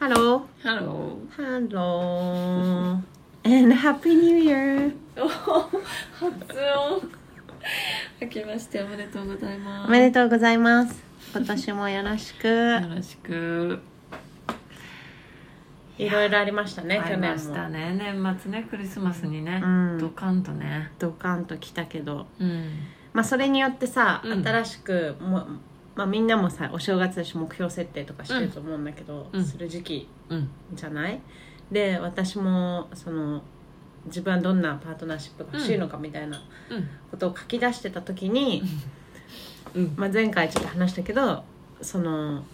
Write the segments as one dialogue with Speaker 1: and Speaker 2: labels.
Speaker 1: Hello.
Speaker 2: Hello.
Speaker 1: Hello. And Happy New Year.
Speaker 2: お発音。明けましておめでとうございま
Speaker 1: お
Speaker 2: す。
Speaker 1: めでとうございます。今年もよろしく。
Speaker 2: よろしく。
Speaker 1: いろいろありましたね、
Speaker 2: あ
Speaker 1: 去
Speaker 2: りま
Speaker 1: 年
Speaker 2: し
Speaker 1: も。
Speaker 2: たね。年末ね、クリスマスにね、
Speaker 1: うん
Speaker 2: ドカンとね。
Speaker 1: ドカンと来たけど。
Speaker 2: うん。
Speaker 1: まあ、それによってさ、
Speaker 2: うん
Speaker 1: 新しくも、まあ、みんなもさ、お正月だし目標設定とかしてると思うんだけど、
Speaker 2: うん
Speaker 1: する時期
Speaker 2: うん。
Speaker 1: じゃないで、私も、その、自分はどんなパートナーシップが欲しいのかみたいなことを書き出してた時に、
Speaker 2: うん。うん。
Speaker 1: まあ、前回ちょっと話したけどその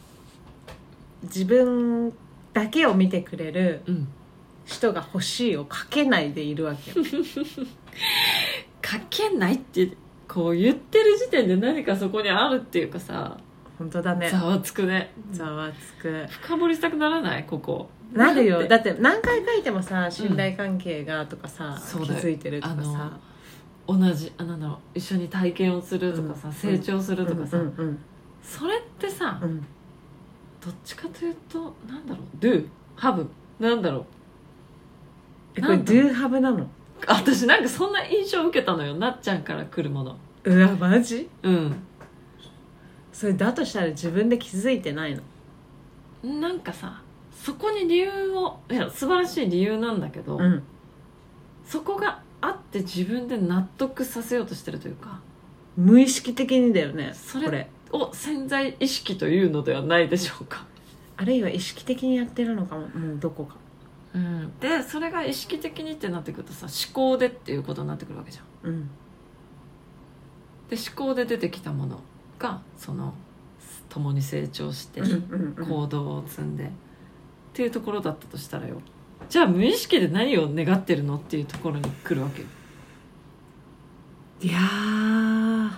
Speaker 1: 自分だけを見てくれる
Speaker 2: うん。
Speaker 1: 人が欲しいをかけないでいるわけ よ
Speaker 2: かけないって、こう言ってる時点で何かそこにあるっていうかさ、
Speaker 1: 本当だね
Speaker 2: ざわつくね。
Speaker 1: ざわつく
Speaker 2: 深掘りしたくならないここ。
Speaker 1: なるよ
Speaker 2: んて
Speaker 1: だって何回書いてもさ信頼関係がとかさ、
Speaker 2: そう
Speaker 1: 気
Speaker 2: だよ
Speaker 1: づいてるとかさ
Speaker 2: 同じ、あ、なんだろう、一緒に体験をするとかさ、
Speaker 1: うん
Speaker 2: 成長するとかさ、
Speaker 1: うんうん
Speaker 2: それってさ、
Speaker 1: うんうん
Speaker 2: どっちかというとなんだろう do have なんだろう
Speaker 1: えこれ
Speaker 2: なん
Speaker 1: ド
Speaker 2: だ
Speaker 1: ゥーハブなの
Speaker 2: 私なんかそんな印象を受けたのよなっちゃんから来るもの
Speaker 1: うわマジ
Speaker 2: うん
Speaker 1: それだとしたら自分で気づいてないの
Speaker 2: なんかさそこに理由をいや素晴らしい理由なんだけど、
Speaker 1: うん
Speaker 2: そこがあって自分で納得させようとしてるというか
Speaker 1: 無意識的にだよね
Speaker 2: それ
Speaker 1: これ
Speaker 2: を潜在意識というのではないでしょうか、
Speaker 1: あるいは意識的にやってるのかももうどこか
Speaker 2: うん、でそれが意識的にってなってくるとさ思考でっていうことになってくるわけじゃん
Speaker 1: うん
Speaker 2: で思考で出てきたものがその共に成長して、
Speaker 1: うんうん
Speaker 2: 行動を積んで、っていうところだったとしたらよじゃあ無意識で何を願ってるのっていうところに来るわけよ
Speaker 1: いやー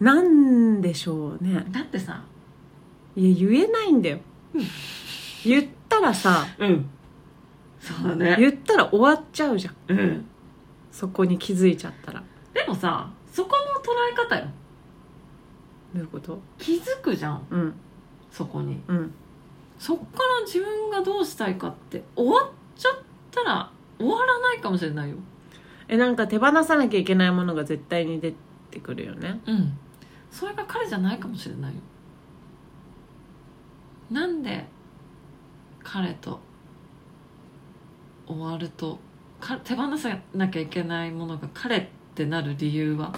Speaker 1: なんでしょうね
Speaker 2: だってさ
Speaker 1: いや言えないんだよ言ったらさ
Speaker 2: うんそうだね
Speaker 1: 言ったら終わっちゃうじゃん
Speaker 2: うん
Speaker 1: そこに気づいちゃったら
Speaker 2: でもさそこの捉え方よ
Speaker 1: どういうこと
Speaker 2: 気づくじゃん
Speaker 1: うん
Speaker 2: そこに
Speaker 1: うん
Speaker 2: そっから自分がどうしたいかって終わっちゃったら終わらないかもしれないよ
Speaker 1: えなんか手放さなきゃいけないものが絶対に出てくるよね
Speaker 2: うんそれが彼じゃないかもしれないよなんで彼と終わるとか手放さなきゃいけないものが彼ってなる理由は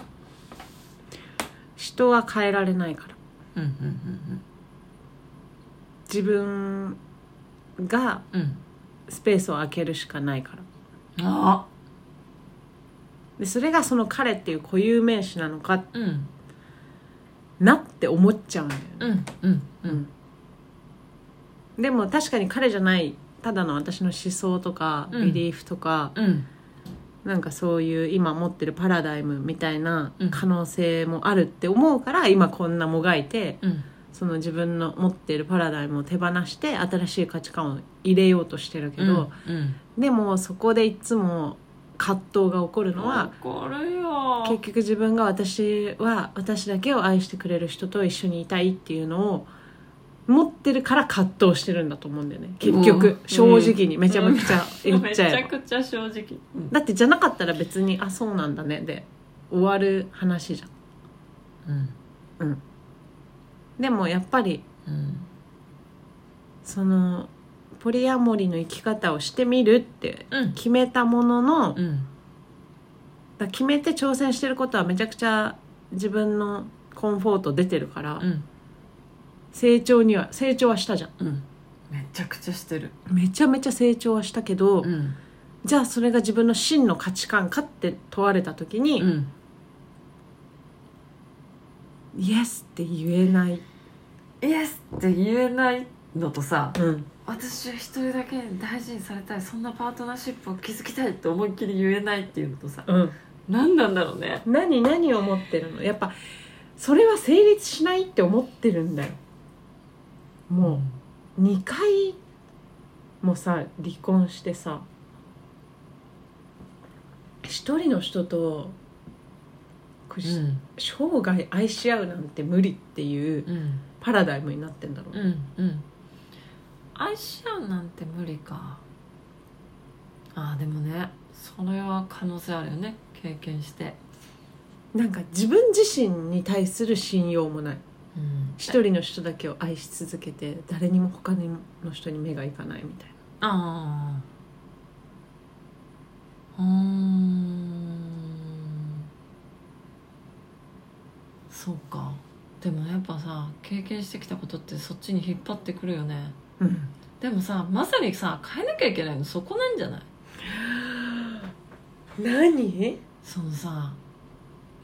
Speaker 1: 人は変えられないから
Speaker 2: うんうん
Speaker 1: 自分が
Speaker 2: うんうんうん
Speaker 1: スペースを空けるしかないから
Speaker 2: あ
Speaker 1: でそれがその彼っていう固有名詞なのか
Speaker 2: うん
Speaker 1: なって思っちゃうんだよね
Speaker 2: うんうんうん
Speaker 1: でも確かに彼じゃないただの私の思想とか
Speaker 2: う
Speaker 1: ビ
Speaker 2: ん
Speaker 1: リーフとか、
Speaker 2: うん
Speaker 1: なんかそういう今持ってるパラダイムみたいな
Speaker 2: うん
Speaker 1: 可能性もあるって思うから、今こんなもがいて
Speaker 2: うん
Speaker 1: その自分の持ってるパラダイムを手放して新しい価値観を入れようとしてるけど、
Speaker 2: うん
Speaker 1: でもそこでいつも葛藤が起こるのは、
Speaker 2: これよ
Speaker 1: 結局自分が私は私だけを愛してくれる人と一緒にいたいっていうのを持ってるから葛藤してるんだと思うんだよね結
Speaker 2: うん
Speaker 1: 局正直にめちゃめちゃ言っ
Speaker 2: め
Speaker 1: ち
Speaker 2: ち
Speaker 1: ゃえ
Speaker 2: ゃ
Speaker 1: ば
Speaker 2: くちゃ正直、うん
Speaker 1: だってじゃなかったら別に「あそうなんだね」で終わる話じゃん
Speaker 2: うん
Speaker 1: でもやっぱり
Speaker 2: うん
Speaker 1: そのポリアモリの生き方をしてみるって
Speaker 2: うん
Speaker 1: 決めたものの
Speaker 2: うん
Speaker 1: だ決めて挑戦してることはめちゃくちゃ自分のコンフォート出てるから
Speaker 2: うん
Speaker 1: 成長には成長はしたじゃん
Speaker 2: うんめちゃくちゃしてる
Speaker 1: めちゃめちゃ成長はしたけど、
Speaker 2: うん
Speaker 1: じゃあそれが自分の真の価値観かって問われた時に、
Speaker 2: うん
Speaker 1: イエスって言えない、
Speaker 2: イエスって言えないのとさ
Speaker 1: うん、
Speaker 2: 私は一人だけに大事にされたいそんなパートナーシップを築きたいって思いっきり言えないっていうのとさ
Speaker 1: うん、
Speaker 2: 何なんだろうね
Speaker 1: 何何を思ってるのやっぱそれは成立しないって思ってるんだよもう2回もさ離婚してさ一人の人とこうし
Speaker 2: ん
Speaker 1: 生涯愛し合うなんて無理っていう
Speaker 2: うん
Speaker 1: パラダイムになってんだろうね
Speaker 2: うんうん愛し合うなんて無理かあーでもねそれは可能性あるよね経験して、
Speaker 1: なんか自分自身に対する信用もない
Speaker 2: うん、
Speaker 1: 一人の人だけを愛し続けて誰にも他の人に目がいかないみたいな
Speaker 2: ああうーんそうかでもやっぱさ経験してきたことってそっちに引っ張ってくるよね
Speaker 1: うん
Speaker 2: でもさまさにさ変えなきゃいけないのそこなんじゃない
Speaker 1: 何
Speaker 2: そのさ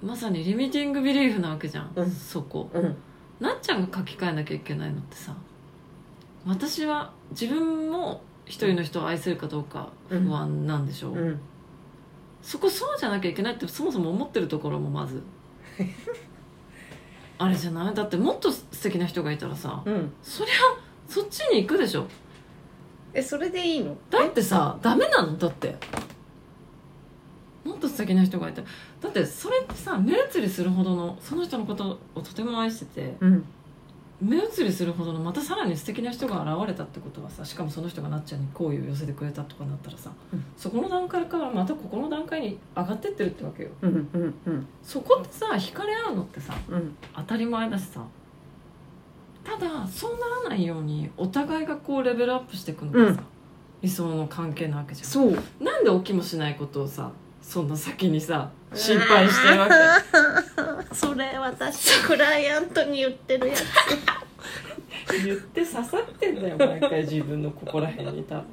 Speaker 2: まさにリミティングビリーフなわけじゃん、
Speaker 1: うん
Speaker 2: そこ
Speaker 1: うん
Speaker 2: なっちゃんが書き換えなきゃいけないのってさ私は自分も一人の人を愛せるかどうか不安なんでしょう、
Speaker 1: うん
Speaker 2: そこそうじゃなきゃいけないってそもそも思ってるところも まずあれじゃないだってもっと素敵な人がいたらさ、
Speaker 1: うん
Speaker 2: そりゃそっちに行くでしょ
Speaker 1: えそれでいいの
Speaker 2: だってさダメなのだってもっと素敵な人がいたらだってそれってさ目移りするほどのその人のことをとても愛してて
Speaker 1: うん
Speaker 2: 目移りするほどのまたさらに素敵な人が現れたってことはさしかもその人がなっちゃんに好意を寄せてくれたとかなったらさ、
Speaker 1: うん
Speaker 2: そこの段階からまたここの段階に上がってってるってわけよ
Speaker 1: うんうんうん
Speaker 2: そこってさ惹かれ合うのってさ
Speaker 1: うん
Speaker 2: 当たり前だしさただそうならないようにお互いがこうレベルアップしていくのがさ、理想の関係なわけじゃ
Speaker 1: そう
Speaker 2: んなんで起きもしないことをさそんな先にさ心配してるわ け
Speaker 1: それ私クライアントに言ってるやつ
Speaker 2: 言って刺さってんだよ毎回自分のここら辺に多分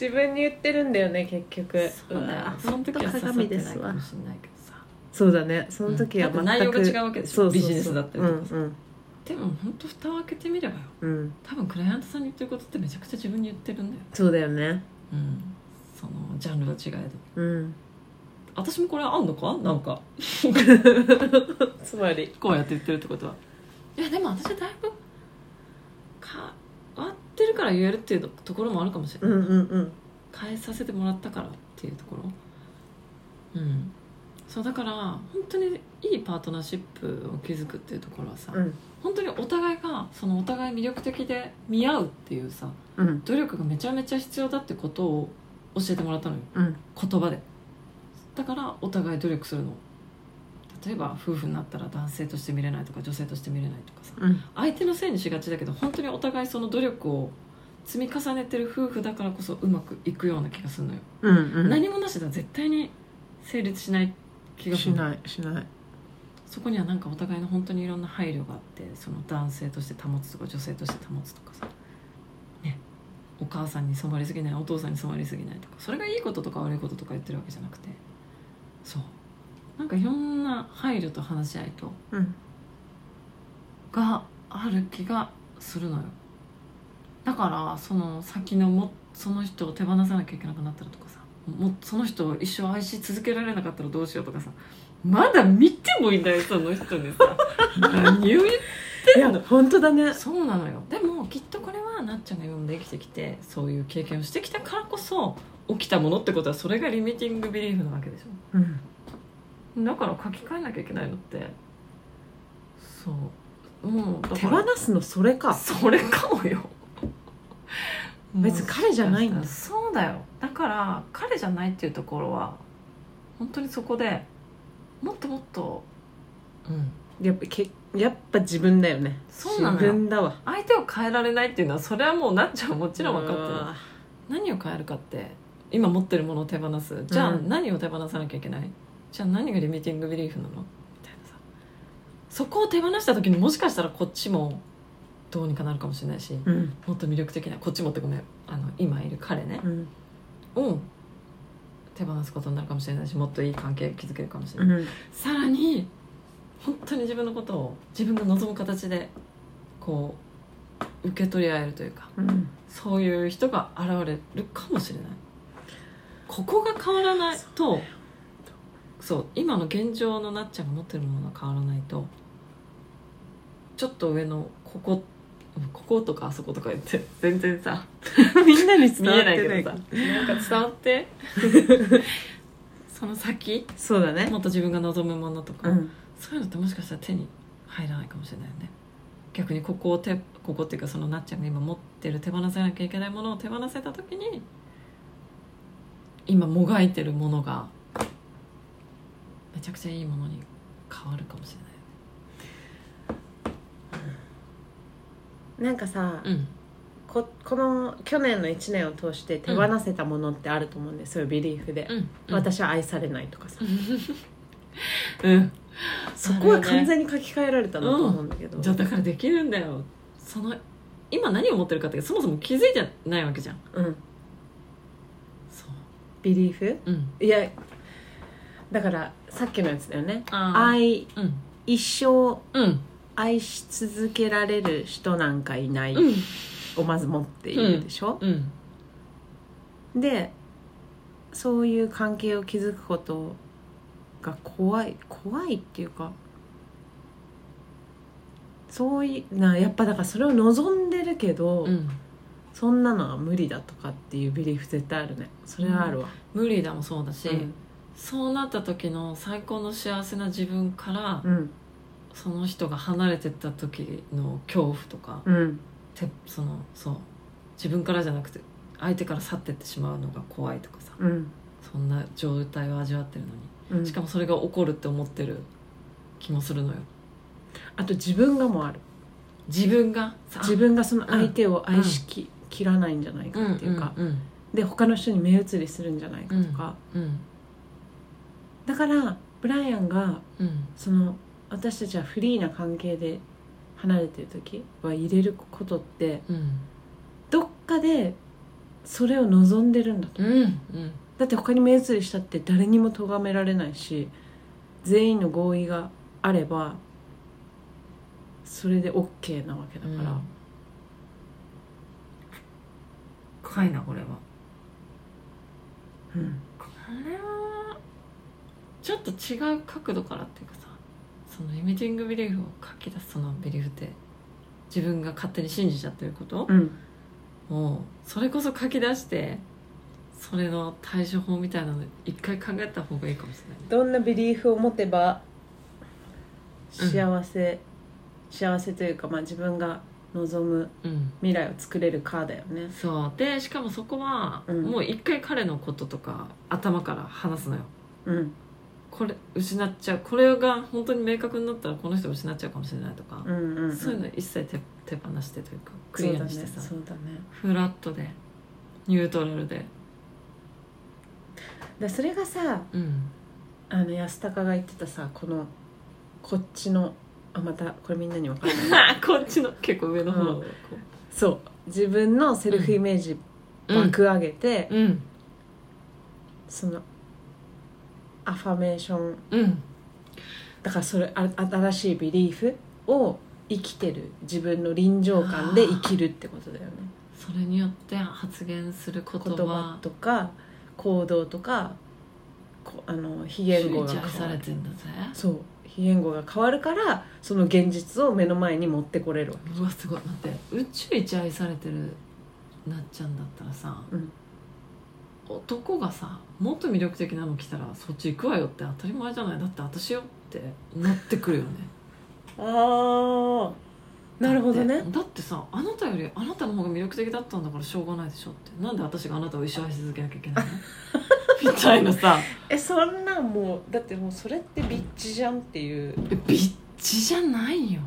Speaker 1: 自分に言ってるんだよね結局
Speaker 2: そうだよ
Speaker 1: わ
Speaker 2: その時は刺さって
Speaker 1: 本当
Speaker 2: な
Speaker 1: 鏡
Speaker 2: いか
Speaker 1: で
Speaker 2: も
Speaker 1: す
Speaker 2: しれ
Speaker 1: わ
Speaker 2: ないけどさ
Speaker 1: そうだねその時は
Speaker 2: うんだ
Speaker 1: 全く
Speaker 2: って内容が違うわけでしょ
Speaker 1: そうそうそう
Speaker 2: ビジネスだったりとかさ
Speaker 1: うん
Speaker 2: でも本当蓋を開けてみればよ
Speaker 1: うんうん
Speaker 2: 多分クライアントさんに言ってることってめちゃくちゃ自分に言ってるんだよ、
Speaker 1: そうだよね
Speaker 2: うん、そのジャンルの違いで
Speaker 1: うん
Speaker 2: 私もこれあんのかなんか
Speaker 1: つまり
Speaker 2: こうやって言ってるってことはいやでも私はだいぶ変わってるから言えるっていうところもあるかもし
Speaker 1: う
Speaker 2: れない、
Speaker 1: んうんうん
Speaker 2: 変えさせてもらったからっていうところうんそうだから本当にいいパートナーシップを築くっていうところはさ、
Speaker 1: うん
Speaker 2: 本当にお互いがそのお互い魅力的で見合うっていうさ
Speaker 1: うん
Speaker 2: 努力がめちゃめちゃ必要だってことを教えてもらったのよ
Speaker 1: うん
Speaker 2: 言葉でだからお互い努力するの例えば夫婦になったら男性として見れないとか女性として見れないとかさ
Speaker 1: うん
Speaker 2: 相手のせいにしがちだけど本当にお互いその努力を積み重ねてる夫婦だからこそうまくいくような気がするのよ、
Speaker 1: うんうん
Speaker 2: 何もなしでは絶対に成立しない気がす
Speaker 1: し
Speaker 2: る
Speaker 1: ないしない
Speaker 2: そこにはなんかお互いの本当にいろんな配慮があってその男性として保つとか女性として保つとかさねお母さんに染まりすぎないお父さんに染まりすぎないとかそれがいいこととか悪いこととか言ってるわけじゃなくてそうなんかいろんな配慮と話し合いと
Speaker 1: うん
Speaker 2: がある気がするのよだからその先のもその人を手放さなきゃいけなくなったらとかさもうその人を一生愛し続けられなかったらどうしようとかさまだ見てもいないその人にさ何を言っ
Speaker 1: いや本当だね
Speaker 2: そうなのよでもきっとこれはなっちゃんが今まで生きてきてそういう経験をしてきたからこそ起きたものってことはそれがリミティングビリーフなわけでしょ
Speaker 1: うん
Speaker 2: だから書き換えなきゃいけないのってそうもうだ
Speaker 1: 手
Speaker 2: か
Speaker 1: 放
Speaker 2: ら
Speaker 1: すのそれか
Speaker 2: それかもよ
Speaker 1: 別に彼じゃないんだ
Speaker 2: そうだよだから彼じゃないっていうところは本当にそこでもっともっと、うん、
Speaker 1: やっぱけやっぱ自分だよね
Speaker 2: そうなの
Speaker 1: 自
Speaker 2: よ
Speaker 1: 分だわ
Speaker 2: 相手を変えられないっていうのはそれはもうなっちゃんはもちろん分かってる
Speaker 1: か
Speaker 2: 何を変えるかって今持ってるものを手放すじゃあ
Speaker 1: うん
Speaker 2: 何を手放さなきゃいけない、じゃあ何がリミティングビリーフなのみたいなさそこを手放した時にもしかしたらこっちもどうにかなるかもしれないし、
Speaker 1: ってるうん
Speaker 2: もっと魅力的なこっちもってごめんあの今いる彼ね
Speaker 1: うん
Speaker 2: を手放すことになるかもしれないしもっといい関係築けるかもしれ
Speaker 1: う
Speaker 2: ない、
Speaker 1: ん
Speaker 2: さらに本当に自分のことを自分が望む形でこう受け取り合えるというか
Speaker 1: うん
Speaker 2: そういう人が現れるかもしれないここが変わらないとそう今の現状のなっちゃんが持ってるものが変わらないとちょっと上のこここことかあそことか言って全然さ
Speaker 1: みんなに
Speaker 2: 見
Speaker 1: 伝わっ
Speaker 2: えない
Speaker 1: てな
Speaker 2: け
Speaker 1: い
Speaker 2: どさなんか伝わって その先
Speaker 1: そうだね
Speaker 2: もっと自分が望むものとか、
Speaker 1: うん
Speaker 2: そういうのってもしかしたら手に入らないかもしれないよね逆にここを手ここっていうかそのなっちゃんが今持ってる手放さなきゃいけないものを手放せた時に今もがいてるものがめちゃくちゃいいものに変わるかもし
Speaker 1: なんかさ、
Speaker 2: れない、うん、
Speaker 1: ここの去年の1年を通して手放せたものってあると思うんですよ、ビリーフで、
Speaker 2: うん、
Speaker 1: 私は愛されないとかさ、
Speaker 2: うん
Speaker 1: そこは
Speaker 2: なるよ
Speaker 1: 完
Speaker 2: ね
Speaker 1: 全に書き換えられたなと思うんだけど、
Speaker 2: じゃあだからできるんだよその今何を持ってるかってそもそも気づいてないわけじゃん
Speaker 1: うん、
Speaker 2: そ
Speaker 1: ビリーフ
Speaker 2: ううん
Speaker 1: いやだからさっきのやつだよね
Speaker 2: あ
Speaker 1: 愛
Speaker 2: あうん
Speaker 1: 一生
Speaker 2: うん
Speaker 1: 愛し続けられる人なんかいない
Speaker 2: うん
Speaker 1: をまず持っているでしょ、
Speaker 2: うん
Speaker 1: でそういう関係を築くことが怖い怖いっていうかそういうなやっぱだからそれを望んでるけど、
Speaker 2: うん
Speaker 1: そんなのは無理だとかっていうビリーフ絶対あるねそれはあるわ、
Speaker 2: 無理だもそうだし、
Speaker 1: うん
Speaker 2: そうなった時の最高の幸せな自分から、
Speaker 1: うん
Speaker 2: その人が離れてった時の恐怖とか、
Speaker 1: うん
Speaker 2: てそのそう自分からじゃなくて相手から去ってってしまうのが怖いとかさ
Speaker 1: うん
Speaker 2: そんな状態を味わってるのに
Speaker 1: うん
Speaker 2: しかもそれが起こるって思ってる気もするのよ
Speaker 1: あと自分がもある
Speaker 2: 自分がさ
Speaker 1: 自分がその相手を愛しき、切らないんじゃないかっていうか、
Speaker 2: うんうん
Speaker 1: で他の人に目移りするんじゃないかとか、
Speaker 2: うん
Speaker 1: だからブライアンが
Speaker 2: うん
Speaker 1: その私たちはフリーな関係で離れてる時は入れることって
Speaker 2: うん
Speaker 1: どっかでそれを望んでるんだと
Speaker 2: うんうん
Speaker 1: だって他に目移りしたって誰にも咎められないし全員の合意があればそれで OK なわけだから、
Speaker 2: うん深いなこれは
Speaker 1: うん
Speaker 2: これはちょっと違う角度からっていうかさそのリミティングビリーフを書き出すそのビリーフって自分が勝手に信じちゃってること
Speaker 1: うん
Speaker 2: をそれこそ書き出してそれの対処法みたいなの一回考えた方がいいかもしれないね
Speaker 1: どんなビリーフを持てば幸せ、幸せというか、まあ、自分が望む
Speaker 2: うん
Speaker 1: 未来を作れるかだよね
Speaker 2: そうでしかもそこは、
Speaker 1: うん
Speaker 2: もう一回彼のこととか頭から話すのよ
Speaker 1: うん
Speaker 2: これ失っちゃうこれが本当に明確になったらこの人失っちゃうかもしれないとか、
Speaker 1: うんうん、うん、
Speaker 2: そういうの一切手手放してというかクリアにしてさ、
Speaker 1: そうだねそうだね
Speaker 2: フラットでニュートラルで
Speaker 1: でそれがさ
Speaker 2: うん
Speaker 1: あの安高が言ってたさこのこっちのあまたこれみんなに分かる
Speaker 2: こっちの結構上の方、こ
Speaker 1: そう自分のセルフイメージ
Speaker 2: ううん
Speaker 1: 爆上げて、
Speaker 2: うん
Speaker 1: そのアファメーション
Speaker 2: うん
Speaker 1: だからそれあ新しいビリーフを生きてる自分の臨場感で生きるってことだよね
Speaker 2: それによって発言する言葉
Speaker 1: 言葉とか行動とかこあの非言語が
Speaker 2: 集
Speaker 1: 変
Speaker 2: 中さ
Speaker 1: わ
Speaker 2: れ
Speaker 1: る
Speaker 2: てんだぜ
Speaker 1: そう非言語が変わるからその現実を目の前に持ってこれるわ
Speaker 2: うわすごい待って宇宙一愛されてるなっちゃんだったらさ、
Speaker 1: うん
Speaker 2: 男がさもっと魅力的なの来たらそっち行くわよって当たり前じゃないだって私よってなってくるよね
Speaker 1: ああなるほど
Speaker 2: だっ
Speaker 1: ね
Speaker 2: てだってさあなたよりあなたの方が魅力的だったんだからしょうがないでしょってなんで私があなたを一生愛し続けなきゃいけないのみたいなさ
Speaker 1: えそんなんもうだってもうそれってビッチじゃんっていう
Speaker 2: えビッチじゃないよ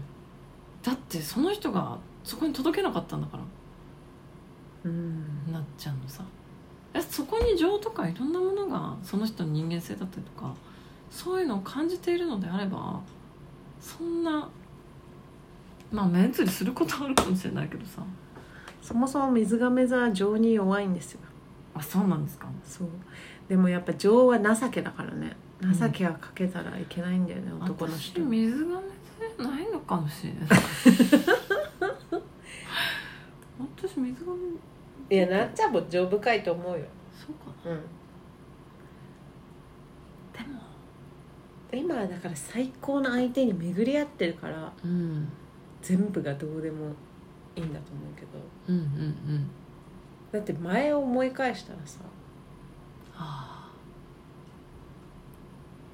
Speaker 2: だってその人がそこに届けなかったんだから
Speaker 1: うん
Speaker 2: なっちゃうのさえそこに情とかいろんなものがその人の人間性だったりとかそういうのを感じているのであればそんなまあ目移りすることはあるかもしれないけどさ
Speaker 1: そもそも水亀座は情に弱いんですよ
Speaker 2: あそうなんですか
Speaker 1: そうでもやっぱ情は情けだからね情けはかけたらいけないんだよね、男の人
Speaker 2: 私水がじゃないのかもしれ ない私水が
Speaker 1: いやなっちゃんも情深いと思うよ、
Speaker 2: そうか
Speaker 1: うん、
Speaker 2: なでも
Speaker 1: 今はだから最高の相手に巡り合ってるから
Speaker 2: うん
Speaker 1: 全部がどうでもいいんだと思うけど
Speaker 2: うんうんうん
Speaker 1: だって前を思い返したらさ
Speaker 2: ああ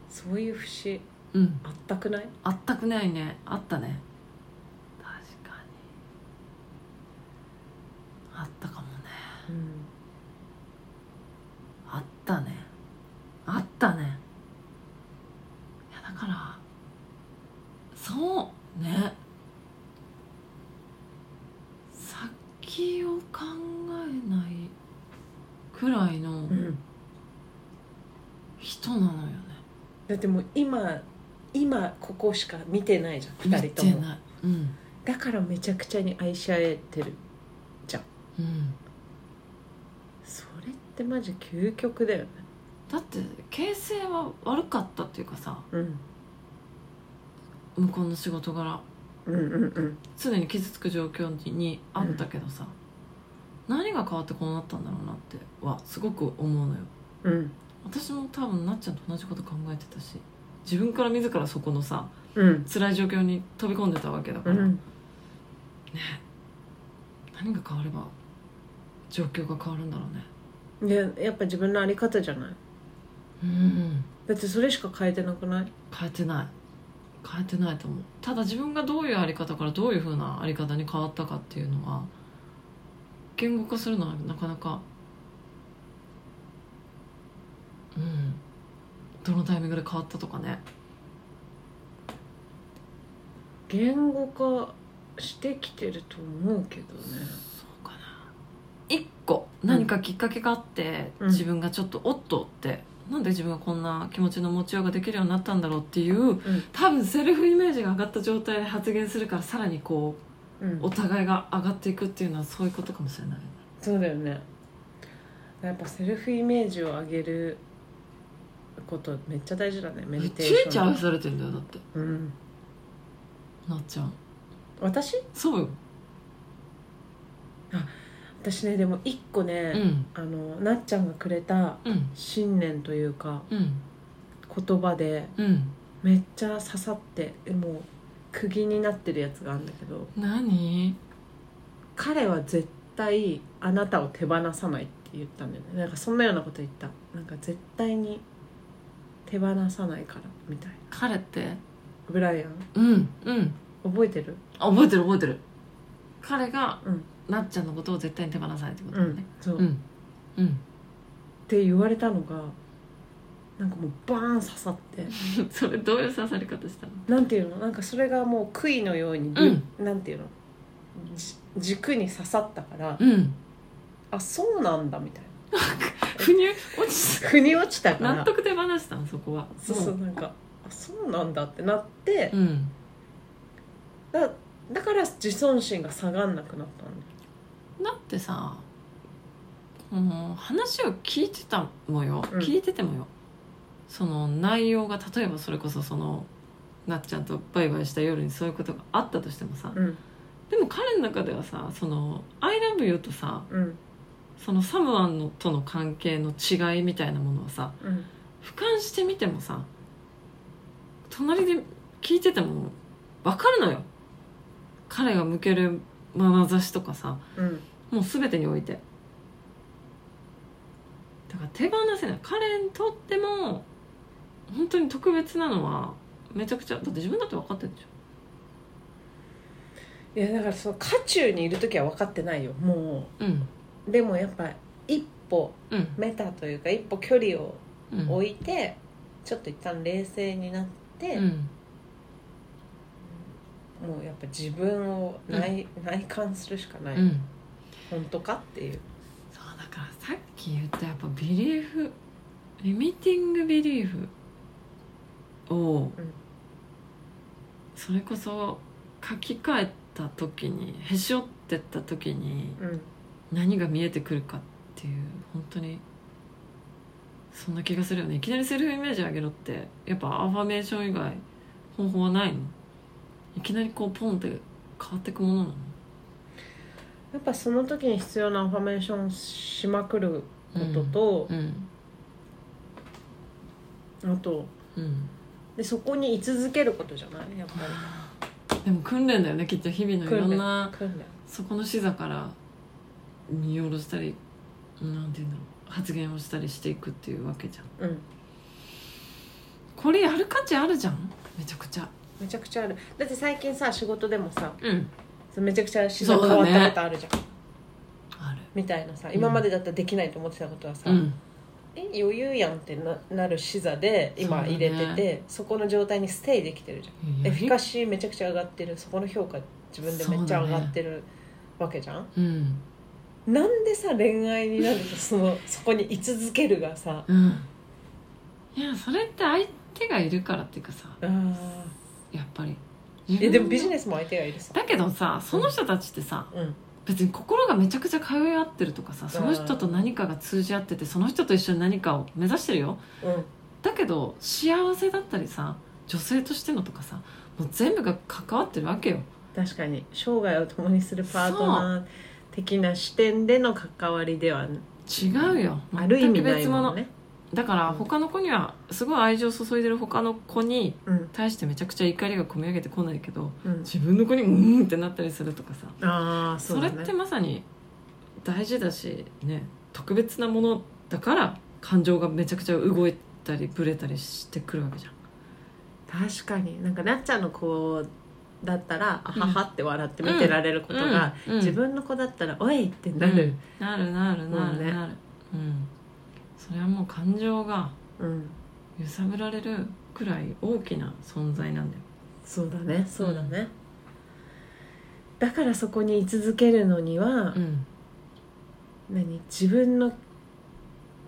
Speaker 1: そういう節
Speaker 2: うん
Speaker 1: あったくない
Speaker 2: あったくないねあったね確か先を考えないくらいの
Speaker 1: うん、
Speaker 2: 人なのよね、
Speaker 1: だってもう今今ここしか見てないじゃん2
Speaker 2: 見
Speaker 1: 人と
Speaker 2: て
Speaker 1: も
Speaker 2: ないうん
Speaker 1: だからめちゃくちゃに愛し合えてる
Speaker 2: うん
Speaker 1: それってマジ究極だよね
Speaker 2: だって形勢は悪かったっていうかさ
Speaker 1: うん
Speaker 2: 向こうの仕事柄
Speaker 1: うんうんうん
Speaker 2: 常に傷つく状況にあったけどさ、何が変わってこうなったんだろうなってはすごく思うのよ
Speaker 1: うん
Speaker 2: 私も多分なっちゃんと同じこと考えてたし自分から自らそこのさ
Speaker 1: うん
Speaker 2: 辛い状況に飛び込んでたわけだか
Speaker 1: う
Speaker 2: ら、
Speaker 1: ん
Speaker 2: 何が変われば状況が変わるんだろうね
Speaker 1: でやっぱ自分の在り方じゃない
Speaker 2: うん
Speaker 1: だってそれしか変えてなくない
Speaker 2: 変えてない変えてないと思うただ自分がどういうあり方からどういうふうなあり方に変わったかっていうのは言語化するのはなかなかうんどのタイミングで変わったとかね
Speaker 1: 言語化してきてると思うけどね
Speaker 2: そうかな一個何かきっかけがあって、
Speaker 1: うん
Speaker 2: 自分がちょっとおっとってなんで自分がこんな気持ちの持ちようができるようになったんだろうっていう
Speaker 1: うん
Speaker 2: 多分セルフイメージが上がった状態で発言するからさらにこう
Speaker 1: うん
Speaker 2: お互いが上がっていくっていうのはそういうことかもしれないよね
Speaker 1: そうだよねやっぱセルフイメージを上げることめっちゃ大事だねメ
Speaker 2: め
Speaker 1: デ
Speaker 2: っ
Speaker 1: ィテー
Speaker 2: ちゃめ
Speaker 1: シ
Speaker 2: ちゃ
Speaker 1: ョン
Speaker 2: 愛されてんだよだって
Speaker 1: うん
Speaker 2: なっちゃん
Speaker 1: 私
Speaker 2: そうよ
Speaker 1: 私ねでも一個ね
Speaker 2: う、ん
Speaker 1: あのなっちゃんがくれた
Speaker 2: うん
Speaker 1: 信念というか
Speaker 2: うん
Speaker 1: 言葉で
Speaker 2: うん
Speaker 1: めっちゃ刺さってえもう釘になってるやつがあるんだけど
Speaker 2: 何
Speaker 1: 彼は絶対あなたを手放さないって言ったんだよねなんかそんなようなこと言ったなんか絶対に手放さないからみたいな
Speaker 2: 彼って
Speaker 1: ブライアン
Speaker 2: うんうん
Speaker 1: 覚えてる
Speaker 2: あ覚えてる覚えてる彼が、
Speaker 1: うん
Speaker 2: なっちゃんのことを絶対に手放さないってことだね
Speaker 1: そう、
Speaker 2: う
Speaker 1: っ
Speaker 2: んうん、
Speaker 1: て言われたのがなんかもうバーン刺さって
Speaker 2: それどういう刺さり方したの
Speaker 1: なんていうのなんかそれがもう杭のようにぶ、なんていうのじ軸に刺さったから、
Speaker 2: うん
Speaker 1: あそうなん だみたい
Speaker 2: ふにゅ落ち
Speaker 1: な腑に落ちたから
Speaker 2: 納得手放したのそこは
Speaker 1: そうそうなんかあそうなんだってなって、
Speaker 2: うん
Speaker 1: だだから自尊心が下がんなくなったんだよ
Speaker 2: だってさこの話を聞いてたもよ、
Speaker 1: うん
Speaker 2: 聞いててもよその内容が例えばそれこそそのなっちゃんとバイバイした夜にそういうことがあったとしてもさ、
Speaker 1: うん
Speaker 2: でも彼の中ではさ「その ILOVEYOU」とさ
Speaker 1: うん
Speaker 2: そのサムアンのとの関係の違いみたいなものはさ
Speaker 1: うん
Speaker 2: 俯瞰してみてもさ隣で聞いてても分かるのよ彼が向ける眼差しとかさ
Speaker 1: うん
Speaker 2: もう全てにおいてだから手放せない彼にとっても本当に特別なのはめちゃくちゃだって自分だって分かってるでし
Speaker 1: いやだからその渦中にいる時は分かってないよも
Speaker 2: ょうん
Speaker 1: うでもやっぱ一歩
Speaker 2: うん
Speaker 1: メタというか一歩距離を
Speaker 2: うん
Speaker 1: 置いて、ちょっと一旦冷静になって、
Speaker 2: うん
Speaker 1: もうやっぱ自分を内,、内観するしかない、
Speaker 2: うん
Speaker 1: 本当かっていう
Speaker 2: そうだからさっき言ったやっぱビリーフリミティングビリーフを、
Speaker 1: ん
Speaker 2: それこそ書き換えた時にへし折ってった時に
Speaker 1: うん
Speaker 2: 何が見えてくるかっていう本当にそんな気がするよねいきなりセルフイメージ上げろってやっぱアファメーション以外方法はないのいきなりこうポンって変わってくものなの
Speaker 1: やっぱその時に必要なアファメーションしまくることと
Speaker 2: う、ん
Speaker 1: あと
Speaker 2: うん
Speaker 1: でそこに居続けることじゃないやっぱ
Speaker 2: でも訓練だよねきっと日々のいろんな
Speaker 1: り訓練
Speaker 2: そこの視座から見下ろしたりなんていうんだろう発言をしたりしていくっていうわけじゃん
Speaker 1: うん
Speaker 2: これやる価値あるじゃんめちゃくちゃ
Speaker 1: めちゃくちゃあるだって最近さ仕事でもさ
Speaker 2: うん
Speaker 1: めちゃくちゃ視座変わったことあるじゃん、
Speaker 2: あ
Speaker 1: みたいなさ
Speaker 2: ん
Speaker 1: 今までだったらできないと思ってたことはさ、
Speaker 2: るうん
Speaker 1: え余裕やんってななる視座で今入れて
Speaker 2: そ
Speaker 1: て
Speaker 2: うだ
Speaker 1: そ,、この状態にステイできてるじゃんエフィカシーめちゃくちゃ上がってるそこの評価自分でめっちゃ上がってるわけじゃん
Speaker 2: うん
Speaker 1: なんでさ恋愛になるとそのそこに居続けるがさ
Speaker 2: うんいやそれって相手がいるからっていうかさ
Speaker 1: あ
Speaker 2: やっぱり
Speaker 1: ーえでもビジネ
Speaker 2: ス
Speaker 1: スも相手がいるさ
Speaker 2: だけどさその人たちってさ、
Speaker 1: うん
Speaker 2: 別に心がめちゃくちゃ通い合ってるとかさその人と何かが通じ合っててその人と一緒に何かを目指してるよ
Speaker 1: うん
Speaker 2: だけど幸せだったりさ女性としてのとかさもう全部が関わってるわけよ
Speaker 1: 確かに生涯を共にするパートナー的な視点での関わりでは
Speaker 2: 違うよ
Speaker 1: ある意味ない
Speaker 2: 別
Speaker 1: も
Speaker 2: 物
Speaker 1: んね
Speaker 2: だから他の子にはすごい愛情を注いでる他の子に
Speaker 1: うん
Speaker 2: 対してめちゃくちゃ怒りが込み上げてこないけど
Speaker 1: うん
Speaker 2: 自分の子にうーんってなったりするとかさ
Speaker 1: ああそ
Speaker 2: そうれ
Speaker 1: だ
Speaker 2: っ
Speaker 1: ね
Speaker 2: てまさに大事だしね特別なものだから感情がめちゃくちゃ動いたりブレたりしてくるわけじゃん
Speaker 1: 確かになんかなっちゃんの子だったら「あ
Speaker 2: うん
Speaker 1: はは」って笑って見てられることが、
Speaker 2: うんうん
Speaker 1: 自分の子だったら「おい!」ってなる、
Speaker 2: うんなるなるな
Speaker 1: もう
Speaker 2: る
Speaker 1: ね
Speaker 2: なる、うんそれはもう感情が
Speaker 1: うん
Speaker 2: 揺さぶられるくらい大きな存在なんだよ
Speaker 1: そうだねそうだね、だからそこに居続けるのには、
Speaker 2: ん
Speaker 1: 何自分の